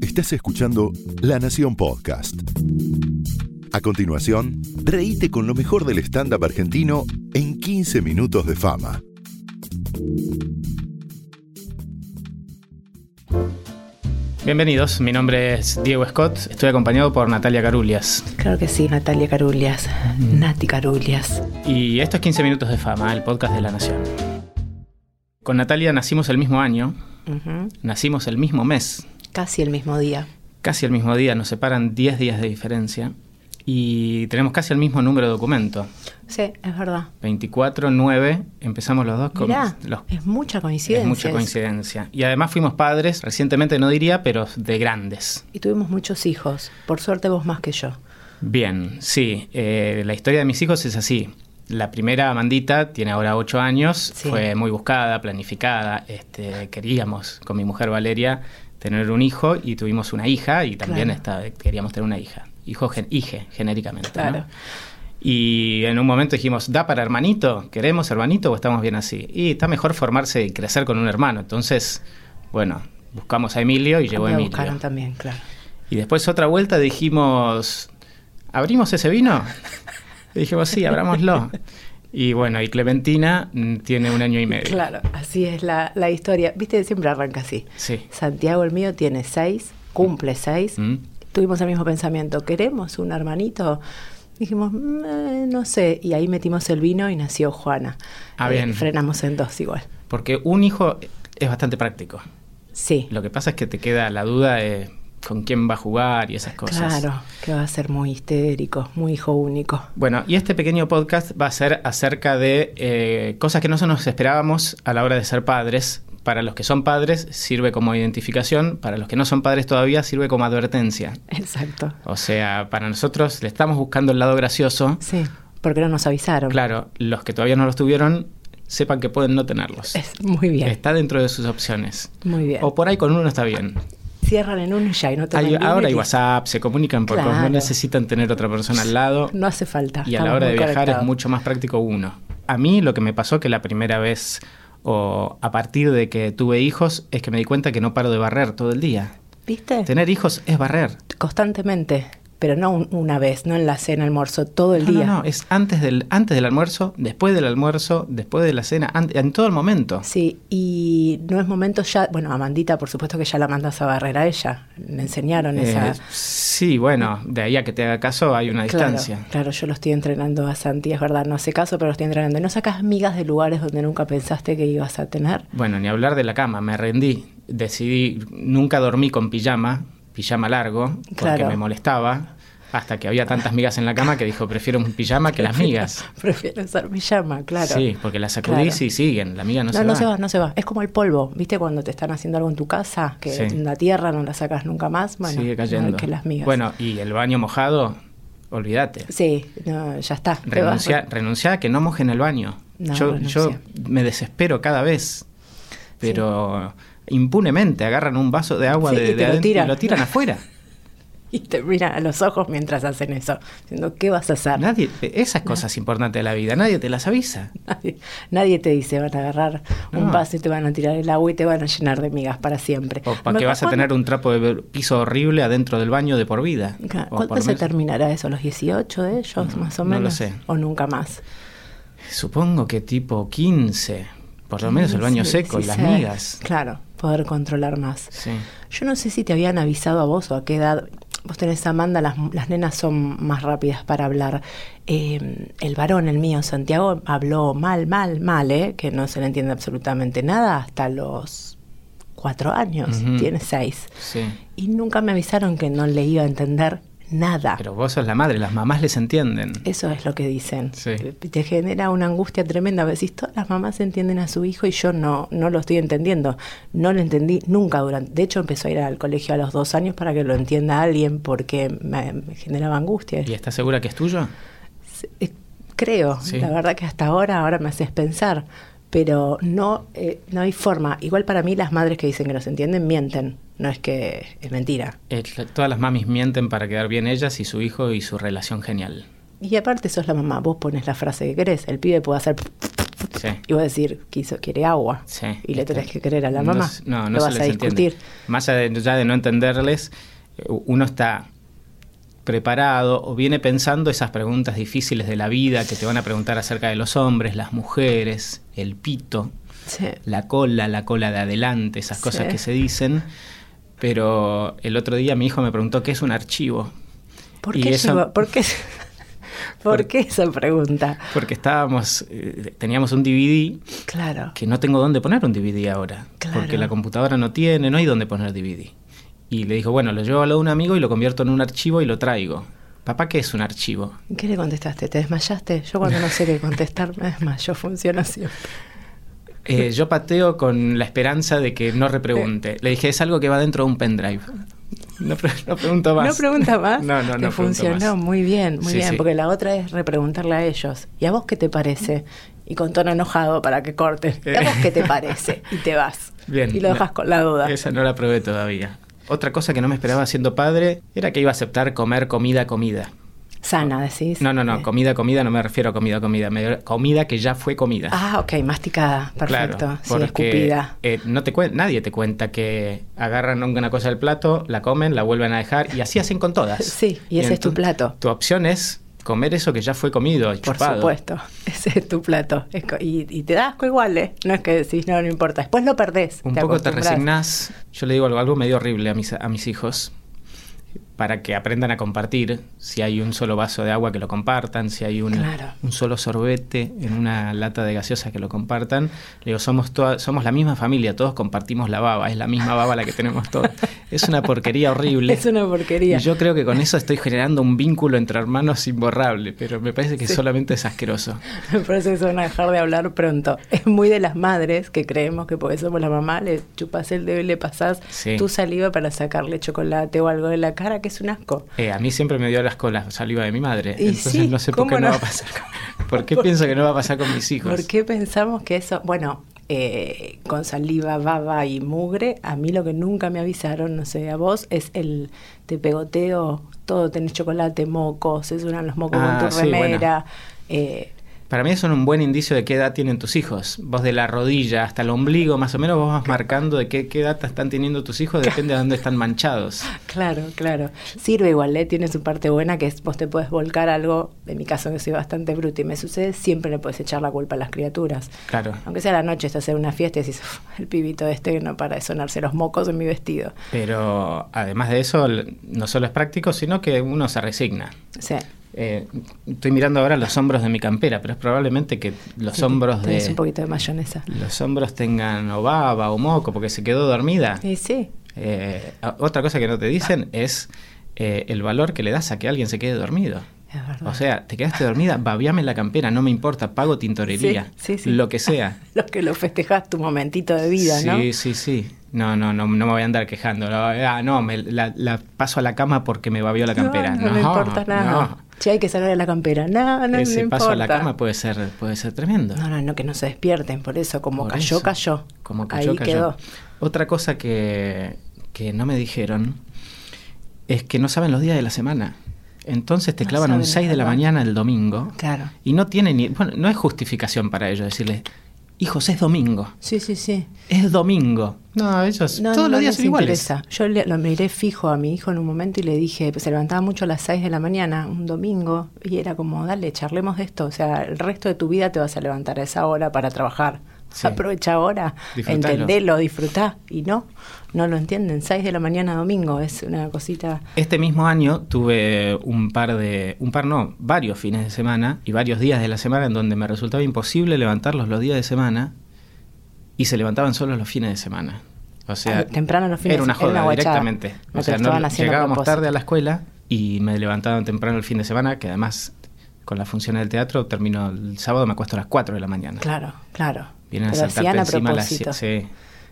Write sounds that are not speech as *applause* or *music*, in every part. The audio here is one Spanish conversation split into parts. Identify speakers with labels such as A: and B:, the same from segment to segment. A: Estás escuchando La Nación Podcast. A continuación, reíte con lo mejor del stand-up argentino en 15 minutos de fama.
B: Bienvenidos, mi nombre es Diego Scott, estoy acompañado por Natalia Carulias.
C: Claro que sí, Natalia Carulias,
B: Mm.
C: Nati Carulias.
B: Y esto es 15 minutos de fama, el podcast de La Nación. Con Natalia nacimos el mismo año,
C: Ujú.
B: nacimos el mismo mes,
C: Casi el mismo día.
B: casi el mismo día, nos separan 10 días de diferencia y tenemos casi el mismo número de documento.
C: Sí, es verdad.
B: 24, 9, empezamos los dos con
C: Mirá,
B: los-
C: es mucha coincidencia.
B: es mucha coincidencia. Y además fuimos padres, recientemente no diría, pero de grandes.
C: Y tuvimos muchos hijos. Por suerte vos más que yo.
B: Bien, sí. eh, la historia de mis hijos es así. La primera Amandita tiene ahora ocho años,
C: Sí.
B: fue muy buscada, planificada. Este, queríamos con mi mujer Valeria tener un hijo y tuvimos una hija y también
C: Claro.
B: esta- queríamos tener una hija. Hijo, gen- hije, genéricamente. ¿no?
C: Claro.
B: Y en un momento dijimos, ¿da para hermanito? ¿Queremos hermanito o estamos bien así? Y está mejor formarse y crecer con un hermano. Entonces, bueno, buscamos a Emilio y llegó
C: Me
B: Emilio.
C: buscaron también, claro.
B: Y después otra vuelta dijimos, ¿abrimos ese vino? Y dijimos, sí, abrámoslo. Y bueno, y Clementina mm, tiene un año y medio.
C: Claro, así es la, la historia. Viste, siempre arranca así.
B: Sí.
C: Santiago, el mío, tiene seis, cumple seis.
B: Mm.
C: Tuvimos el mismo pensamiento. ¿Queremos un hermanito? Dijimos, "Mm, eh, no sé. Y ahí metimos el vino y nació Juana.
B: Ah,
C: Eh,
B: bien.
C: frenamos en dos igual.
B: Porque un hijo es bastante práctico.
C: Sí.
B: Lo que pasa es que te queda la duda de con quién va a jugar y esas cosas.
C: Claro, que va a ser muy histérico, muy hijo único.
B: Bueno, y este pequeño podcast va a ser acerca de eh, cosas que no se nos esperábamos a la hora de ser padres. Para los que son padres sirve como identificación, para los que no son padres todavía sirve como advertencia.
C: Exacto.
B: O sea, para nosotros le estamos buscando el lado gracioso.
C: Sí, porque no nos avisaron.
B: Claro, los que todavía no los tuvieron, sepan que pueden no tenerlos.
C: Es muy bien.
B: Está dentro de sus opciones.
C: Muy bien.
B: O por ahí con uno está bien.
C: Cierran en uno y ya y no te
B: Hay-
C: mandan
B: ahora hay
C: y-
B: WhatsApp, se comunican por
C: Claro.
B: no necesitan tener otra persona al lado.
C: No hace falta.
B: Y a la
C: estamos
B: hora de
C: muy
B: viajar es
C: conectados.
B: mucho más práctico uno. A mí lo que me pasó que la primera vez o a partir de que tuve hijos es que me di cuenta que no paro de barrer todo el día.
C: ¿Viste?
B: Tener hijos es barrer.
C: Constantemente, pero no un- una vez, no en la cena, almuerzo, todo el
B: No,
C: día.
B: no, no, es antes del, antes del almuerzo, después del almuerzo, después de la cena, an- en todo el momento.
C: Sí, y no es momento ya, bueno, Amandita, por supuesto que ya la mandas a barrer a ella, me enseñaron esa...
B: Eh, sí, bueno, de ahí a que te haga caso hay una
C: Claro,
B: distancia.
C: claro, yo lo estoy entrenando a Santi, es verdad, no hace caso, pero lo estoy entrenando. No sacas migas de lugares donde nunca pensaste que ibas a tener.
B: Bueno, ni hablar de la cama, me rendí. Decidí, nunca dormí con pijama, pijama largo, porque
C: Claro.
B: me molestaba, hasta que había tantas migas en la cama que dijo, prefiero un pijama que las migas.
C: *laughs* Prefiero usar pijama, claro.
B: Sí, porque las sacudís
C: Claro.
B: y siguen, la miga no,
C: No,
B: se,
C: no
B: va.
C: se va, no se va. Es como el polvo, ¿viste? Cuando te están haciendo algo en tu casa, que
B: Sí.
C: en la tierra no la sacas nunca más. Bueno,
B: Sigue cayendo.
C: no, que las migas.
B: Bueno, y el baño mojado, olvídate.
C: Sí, no, ya está. te vas.
B: Renuncia, renuncia a que no mojen el baño.
C: No,
B: yo,
C: renuncia.
B: yo me desespero cada vez, pero impunemente agarran un vaso de agua
C: Sí,
B: de,
C: y te
B: de
C: lo
B: adentro
C: tiran.
B: y lo tiran afuera.
C: *laughs* *laughs* Y te miran a los ojos mientras hacen eso, diciendo, ¿qué vas a hacer?
B: Nadie, e, esas cosas importantes de la vida, nadie te las avisa.
C: *laughs* Nadie, nadie te dice, van a agarrar
B: No.
C: un vaso y te van a tirar el agua y te van a llenar de migas para siempre.
B: O para
C: Me
B: que vas a
C: acuerdo-
B: tener un trapo de piso horrible adentro del baño de por vida.
C: Claro,
B: O
C: ¿Cuándo
B: por
C: se
B: mes.
C: terminará eso? ¿Los 18 de ellos, más o
B: no lo
C: menos?
B: sé.
C: ¿O nunca más?
B: Supongo que tipo 15, por lo menos el baño
C: Sí,
B: seco y
C: sí,
B: las
C: sí.
B: migas.
C: Claro, poder controlar más.
B: Sí.
C: Yo no sé si te habían avisado a vos o a qué edad. Vos tenés Amanda, las, las nenas son más rápidas para hablar. Eh, el varón, el mío, Santiago, habló mal, mal, mal, ¿eh? que no se le entiende absolutamente nada hasta los cuatro años,
B: Ujú.
C: tiene seis.
B: sí.
C: Y nunca me avisaron que no le iba a entender nada.
B: Pero vos sos la madre, las mamás les entienden.
C: Eso es lo que dicen.
B: Sí.
C: Te, te genera una angustia tremenda. Vos Decís, todas las mamás entienden a su hijo y yo no, no lo estoy entendiendo. No lo entendí nunca durante. De hecho, empezó a ir al colegio a los dos años para que lo entienda alguien porque me, me generaba angustia.
B: ¿Y estás segura que es tuyo?
C: S- eh, Creo,
B: Sí.
C: la verdad que hasta ahora, ahora me haces pensar. Pero no, eh, no hay forma. Igual para mí las madres que dicen que los entienden mienten. No es que es mentira.
B: Eh, cl- todas las mamis mienten para quedar bien ellas y su hijo y su relación genial.
C: Y aparte sos la mamá, vos pones la frase que querés, el pibe puede hacer
B: Sí.
C: Y vos decir, quiso, quiere agua.
B: Sí,
C: y le
B: está.
C: tenés que querer a la mamá.
B: se- No, no,
C: Lo
B: se
C: vas
B: les
C: a
B: entiende.
C: discutir.
B: Más allá de, ya de no entenderles, eh, uno está preparado o viene pensando esas preguntas difíciles de la vida que te van a preguntar acerca de los hombres, las mujeres, el pito,
C: Sí.
B: la cola, la cola de adelante, esas cosas
C: Sí.
B: que se dicen. Pero el otro día mi hijo me preguntó qué es un archivo,
C: ¿Por
B: Y
C: qué,
B: eso-
C: llegó- ¿por, qué, *laughs* ¿Por qué esa pregunta?
B: porque estábamos, eh, teníamos un DVD
C: Claro.
B: que no tengo dónde poner un DVD ahora,
C: Claro.
B: porque la computadora no tiene, no hay dónde poner DVD. Y le dijo, bueno, lo llevo a lo de un amigo y lo convierto en un archivo y lo traigo. Papá, ¿qué es un archivo?
C: ¿Qué le contestaste? ¿Te desmayaste? Yo cuando no sé qué contestar me desmayo, funciona siempre.
B: Eh, yo pateo con la esperanza de que no
C: Eh.
B: repregunte. Le dije, es algo que va dentro de un pendrive. No, pre- no pregunto más.
C: No pregunta más.
B: No, no,
C: Te
B: no pregunto
C: funcionó
B: más.
C: muy bien, muy
B: Sí,
C: bien,
B: sí.
C: porque la otra es repreguntarle a ellos. ¿Y a vos qué te parece? Y con tono enojado para que corten. ¿Y a vos qué te parece? Y te vas.
B: Bien.
C: Y lo dejas
B: No,
C: con la duda.
B: Esa no la probé todavía. Otra cosa que no me esperaba siendo padre era que iba a aceptar comer comida, comida.
C: Sana, decís.
B: No, no, no,
C: Eh,
B: comida, comida, no me refiero a comida, comida. Me, comida que ya fue comida.
C: Ah, ok, masticada. Perfecto.
B: Claro,
C: sí,
B: porque,
C: escupida.
B: eh, no te cuen- nadie te cuenta que agarran una cosa del plato, la comen, la vuelven a dejar y así hacen con todas.
C: *laughs* Sí, y ese es tu
B: entonces,
C: plato.
B: Tu opción es comer eso que ya fue comido y
C: Por
B: chupado.
C: supuesto, *laughs* ese es tu plato. Es co- y, y te das asco igual, ¿eh? No es que decís, no, no importa. Después lo perdés.
B: Un poco te
C: acostumbras.
B: resignás. Yo le digo algo, algo medio horrible a mis, a mis hijos para que aprendan a compartir. Si hay un solo vaso de agua, que lo compartan. Si hay un,
C: Claro.
B: un solo sorbete en una lata de gaseosa, que lo compartan. Le digo, somos, toda- somos la misma familia, todos compartimos la baba. Es la misma baba la que tenemos
C: *laughs*
B: todos. Es una porquería horrible.
C: Es una porquería.
B: Y yo creo que con eso estoy generando un vínculo entre hermanos imborrable, pero me parece que solamente es asqueroso.
C: *laughs* Me parece que se van a dejar de hablar pronto. Es muy de las madres que creemos que porque somos la mamá le chupas el dedo y le pasás
B: Sí.
C: tu saliva para sacarle chocolate o algo de la cara, que es un asco.
B: Eh, a mí siempre me dio las colas saliva de mi madre,
C: Y
B: entonces
C: sí,
B: no sé por
C: ¿cómo
B: qué no?
C: no?
B: va a
C: *laughs*
B: pasar. con- ¿Por qué pienso que no va a pasar con mis hijos?
C: ¿Por qué pensamos que eso? Bueno, eh, con saliva, baba y mugre, a mí lo que nunca me avisaron, no sé, a vos, es el te pegoteo, todo tenés chocolate, mocos, se suenan los mocos
B: Ah,
C: con tu
B: sí, bueno.
C: remera. eh,
B: Para mí eso es un buen indicio de qué edad tienen tus hijos. Vos de la rodilla hasta el ombligo, más o menos, vos vas marcando de qué, qué edad están teniendo tus hijos, depende de dónde están manchados.
C: Claro, claro. Sirve igual, ¿eh? tiene su parte buena que es vos te puedes volcar algo, en mi caso que soy bastante bruta y me sucede, siempre le puedes echar la culpa a las criaturas.
B: Claro.
C: Aunque sea a la noche, estás en una fiesta y decís, "Uf, el pibito este que no para de sonarse los mocos en mi vestido.
B: Pero además de eso, l- no solo es práctico, sino que uno se resigna.
C: O sea,
B: Eh, estoy mirando ahora los hombros de mi campera, pero es probablemente que los hombros
C: tenés
B: de
C: un poquito de mayonesa.
B: los hombros tengan o baba o moco porque se quedó dormida.
C: Y sí,
B: Eh, a- otra cosa que no te dicen es eh, el valor que le das a que alguien se quede dormido.
C: es verdad.
B: O sea, te quedaste dormida, babiame la campera, no me importa, pago tintorería,
C: Sí, sí, sí.
B: lo que sea.
C: lo que lo festejas tu momentito de *laughs* vida,
B: sí,
C: ¿no?
B: sí, sí. No, no, no, no me voy a andar quejando. No, ah, no, me, la, la paso a la cama porque me babió la campera.
C: No, no, me importa nada.
B: no.
C: Che, hay que salir de la campera. No, no,
B: Ese
C: no
B: paso a
C: importa.
B: la cama puede ser, puede ser tremendo.
C: No, no, no, que no se despierten, por eso, como
B: Por
C: cayó,
B: eso.
C: cayó.
B: Como cayó,
C: Ahí
B: cayó.
C: quedó.
B: Otra cosa que, que no me dijeron es que no saben los días de la semana. Entonces te
C: No
B: clavan un
C: saben,
B: 6 de la
C: ¿verdad?
B: mañana el domingo.
C: Claro.
B: Y no tienen ni. Bueno, no es justificación para ellos decirle, hijos, es domingo.
C: Sí, sí, sí.
B: Es domingo. No, ellos. todos los días
C: les
B: son iguales.
C: interesa. Yo le- lo miré fijo a mi hijo en un momento y le dije, pues, se levantaba mucho a las 6 de la mañana, un domingo, y era como, dale, charlemos de esto. O sea, el resto de tu vida te vas a levantar a esa hora para trabajar.
B: Sí.
C: Aprovecha ahora,
B: Disfrutalo.
C: entendelo, disfrutá. Y no, no lo entienden. 6 de la mañana domingo es una cosita.
B: Este mismo año tuve un par de, un par no, varios fines de semana y varios días de la semana en donde me resultaba imposible levantarlos los días de semana y se levantaban solo los fines de semana. O sea,
C: Ah, temprano los fines
B: era una
C: de semana,
B: joda
C: era una guachada.
B: directamente.
C: No te
B: O
C: lo
B: sea, no-
C: estaban haciendo a
B: llegábamos
C: propósito.
B: tarde a la escuela y me levantaban temprano el fin de semana, que además con la función del teatro termino el sábado, me acuesto a las 4 de la mañana.
C: Claro, claro.
B: Vienen
C: Pero
B: a saltarte
C: hacían a
B: encima a las
C: propósito.
B: 7.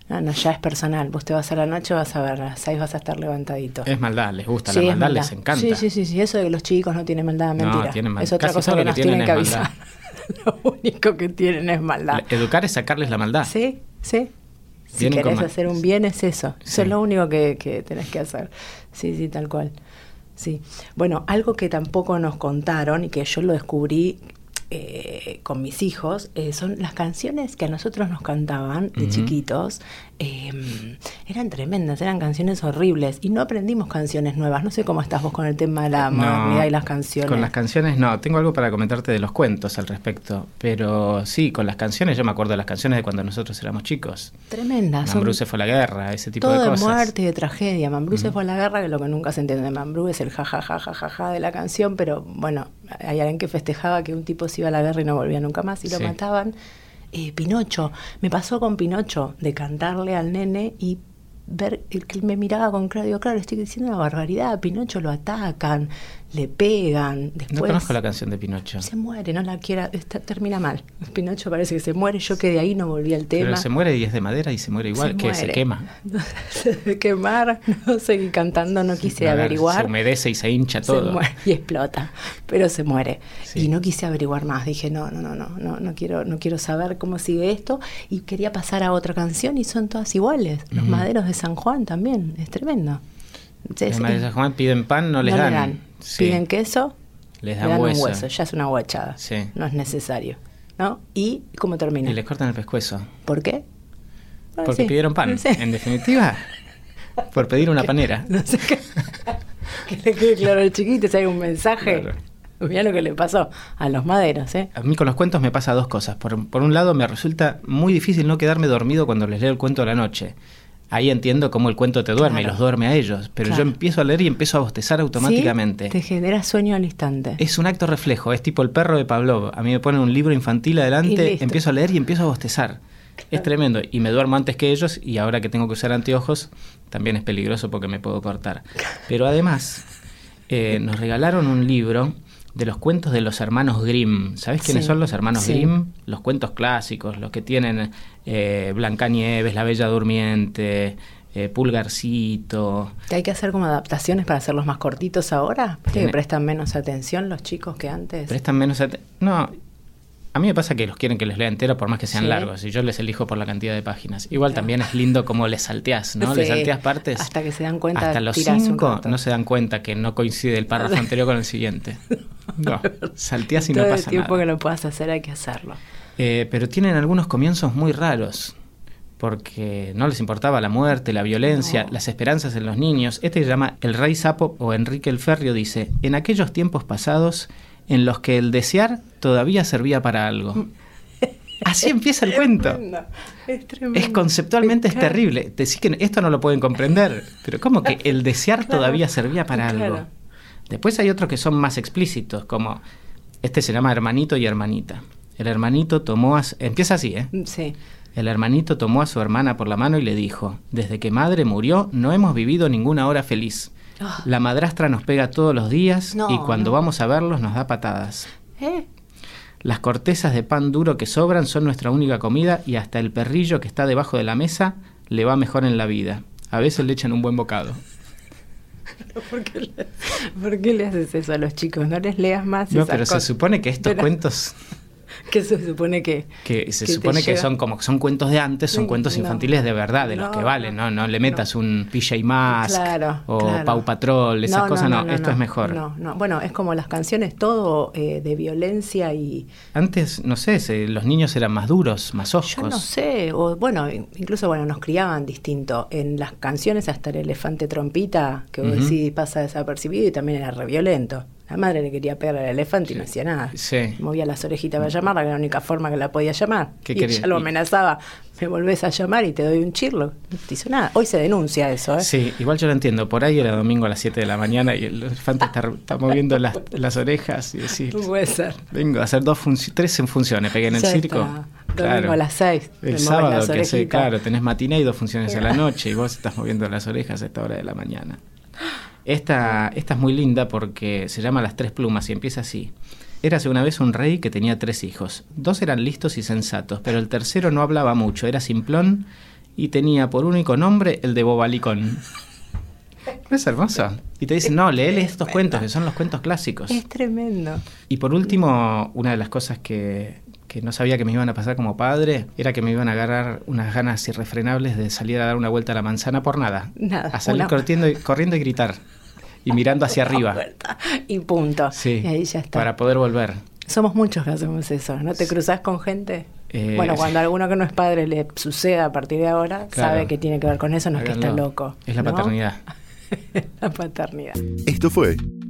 C: No, no, ya es personal. Vos te vas a la noche, vas a ver, a las 6 vas a estar levantadito.
B: Es maldad, les gusta
C: Sí,
B: la
C: es
B: maldad,
C: maldad.
B: les encanta.
C: Sí, sí, sí, sí, eso de que los chicos no tienen maldad,
B: No,
C: mentira.
B: tienen mal-
C: Es otra
B: casi
C: cosa
B: todo
C: que
B: lo
C: nos
B: que
C: tienen que
B: tienen es
C: avisar. *laughs* Lo único que tienen es maldad.
B: La- Educar es sacarles la maldad.
C: Sí, sí. Si
B: Vienen con
C: querés
B: mal-
C: hacer un bien es eso.
B: Sí.
C: Eso es lo único que, que tenés que hacer. Sí, sí, tal cual. Sí. Bueno, algo que tampoco nos contaron y que yo lo descubrí eh, con mis hijos eh, son las canciones que a nosotros nos cantaban de uh -huh. chiquitos. Eh, eran tremendas, eran canciones horribles y no aprendimos canciones nuevas. No sé cómo estás vos con el tema de la modernidad no, y las canciones.
B: Con las canciones no, tengo algo para comentarte de los cuentos al respecto, pero sí, con las canciones, yo me acuerdo de las canciones de cuando nosotros éramos chicos.
C: Tremendas.
B: Mambrú se fue a la guerra, ese tipo
C: Ah, todo
B: de cosas.
C: de muerte y de tragedia. Mambrú uh -huh. se fue a la guerra, que lo que nunca se entiende de Mambrú es el jajajajaja ja, ja, ja, de la canción, pero bueno, hay alguien que festejaba que un tipo se iba a la guerra y no volvía nunca más y lo sí. mataban. Eh, Pinocho, me pasó con Pinocho de cantarle al nene y ver el que me miraba con claro, digo, claro, estoy diciendo una barbaridad, a Pinocho lo atacan, le pegan, después... No
B: conozco la canción de Pinocho.
C: pues. Se muere, no la quiera, está, termina mal. Pinocho parece que se muere, yo que de ahí no volví al tema.
B: Pero se muere y es de madera y se muere igual, se que muere. se quema.
C: se quemar, no seguí cantando, no quise ver, averiguar.
B: Se humedece y se hincha todo.
C: Se muere y explota, pero se muere. Sí. Y no quise averiguar más, dije, no, no, no, no, no, no quiero, no quiero saber cómo sigue esto. Y quería pasar a otra canción y son todas iguales. Los uh -huh. maderos de San Juan también, es tremendo.
B: Sí, Los maderos de San Juan piden pan, no les no dan. Le dan.
C: Sí. piden queso,
B: les dan, le dan hueso.
C: un hueso, ya es una guachada, sí. no es necesario, ¿no? Y cómo termina.
B: Y les cortan el pescuezo.
C: ¿Por qué? Ah,
B: Bueno, Porque sí. pidieron pan,
C: *laughs*
B: no sé. en definitiva, por pedir una panera.
C: No sé qué. que le quede claro al chiquito, si hay un mensaje. Claro. Mirá lo que le pasó a los maderos, ¿eh?
B: A mí con los cuentos me pasa dos cosas. Por, por un lado, me resulta muy difícil no quedarme dormido cuando les leo el cuento a la noche ahí entiendo cómo el cuento te duerme claro. y los duerme a ellos. Pero claro. yo empiezo a leer y empiezo a bostezar automáticamente. ¿Sí?
C: Te genera sueño al instante.
B: Es un acto reflejo, es tipo el perro de Pavlov. A mí me ponen un libro infantil adelante, empiezo a leer y empiezo a bostezar. Claro. Es tremendo. Y me duermo antes que ellos y ahora que tengo que usar anteojos, también es peligroso porque me puedo cortar. Pero además, eh, nos regalaron un libro de los cuentos de los hermanos Grimm. ¿Sabes quiénes sí, son los hermanos sí. Grimm? Los cuentos clásicos, los que tienen eh, Blancanieves, La Bella Durmiente, eh, Pulgarcito.
C: ¿Hay que hacer como adaptaciones para hacerlos más cortitos ahora? ¿Que prestan menos atención los chicos que antes?
B: Prestan menos atención. No. A mí me pasa que los quieren que les lea entero por más que sean sí. largos y yo les elijo por la cantidad de páginas. Igual claro. también es lindo como les salteás, ¿no? Les salteás partes.
C: Hasta que se dan cuenta.
B: Hasta los cinco no se dan cuenta que no coincide el
C: *laughs*
B: párrafo anterior con el siguiente. No, salteas y
C: Todo
B: no pasa
C: el tiempo
B: nada.
C: que lo puedas hacer hay que hacerlo.
B: Eh, pero tienen algunos comienzos muy raros, porque no les importaba la muerte, la violencia, no. las esperanzas en los niños. Este se llama El Rey Sapo o Enrique el Ferrio, dice, en aquellos tiempos pasados en los que el desear todavía servía para algo. Así empieza el cuento. Tremendo, es, tremendo. es, conceptualmente es terrible. Decís que esto no lo pueden comprender, pero ¿cómo que el desear *laughs* claro, todavía servía para claro. algo? Después hay otros que son más explícitos, como este se llama hermanito y hermanita. El hermanito tomó a su, empieza así, ¿eh?
C: Sí.
B: El hermanito tomó a su hermana por la mano y le dijo, desde que madre murió no hemos vivido ninguna hora feliz. Oh.
C: Ah,
B: La madrastra nos pega todos los días no, y cuando no. vamos a verlos nos da patadas.
C: ¿Eh? *laughs*
B: Las cortezas de pan duro que sobran son nuestra única comida y hasta el perrillo que está debajo de la mesa le va mejor en la vida. A veces le echan un buen bocado.
C: ¿Por qué, le, ¿Por qué, le, haces eso a los chicos? No les leas más.
B: No, pero cosas. se supone que estos
C: pero,
B: cuentos.
C: *laughs* Que se supone que.
B: Que se que supone que lleva. son como son cuentos de antes, son cuentos no, infantiles de verdad, de no, los que valen, ¿no? No le metas un PJ Mask
C: claro,
B: o
C: claro.
B: Pau Patrol, esas no, cosas, no, esto es mejor.
C: No, no, bueno, es como las canciones, todo eh, de violencia y.
B: Antes, no sé, se, los niños eran más duros, más oscos. Yo
C: no sé, o bueno, incluso bueno, nos criaban distinto. En las canciones, hasta el elefante trompita, que vos uh -huh. decís pasa desapercibido y también era re violento. La madre le quería pegar al elefante sí. y no hacía nada.
B: Sí.
C: Movía las orejitas para llamarla, que era la única forma que la podía llamar. ¿Qué y quería? ella lo amenazaba, me volvés a llamar y te doy un chirlo. No te hizo nada. Hoy se denuncia eso, ¿eh?
B: Sí, igual yo lo entiendo. Por ahí era domingo a las 7 de la mañana y el elefante está, está moviendo las, las, orejas y decís...
C: No puede ser.
B: Vengo a hacer dos tres en funciones. Pegué en el
C: ya
B: circo.
C: Está. Domingo claro. a las 6.
B: El sábado, que sé, claro, tenés matina y dos funciones a la noche y vos estás moviendo las orejas a esta hora de la mañana. Esta, esta, es muy linda porque se llama Las Tres Plumas y empieza así. Érase una vez un rey que tenía tres hijos. Dos eran listos y sensatos, pero el tercero no hablaba mucho, era simplón y tenía por único nombre el de Bobalicón. ¿No es hermoso? Y te dicen, no, leele es estos tremendo. cuentos, que son los cuentos clásicos.
C: Es tremendo.
B: Y por último, una de las cosas que, que no sabía que me iban a pasar como padre era que me iban a agarrar unas ganas irrefrenables de salir a dar una vuelta a la manzana por nada.
C: Nada.
B: A salir corriendo y, corriendo y
C: *laughs*
B: gritar y mirando hacia arriba.
C: Y punto.
B: Ah. Sí,
C: y ahí ya está.
B: Para poder volver.
C: Somos muchos que hacemos eso, ¿no? ¿Te cruzas con gente? Eh, bueno, cuando a alguno que no es padre le suceda a partir de ahora, claro, sabe que tiene que ver con eso, no es que está loco.
B: Es la
C: ¿no?
B: paternidad.
C: la paternidad.
A: Esto fue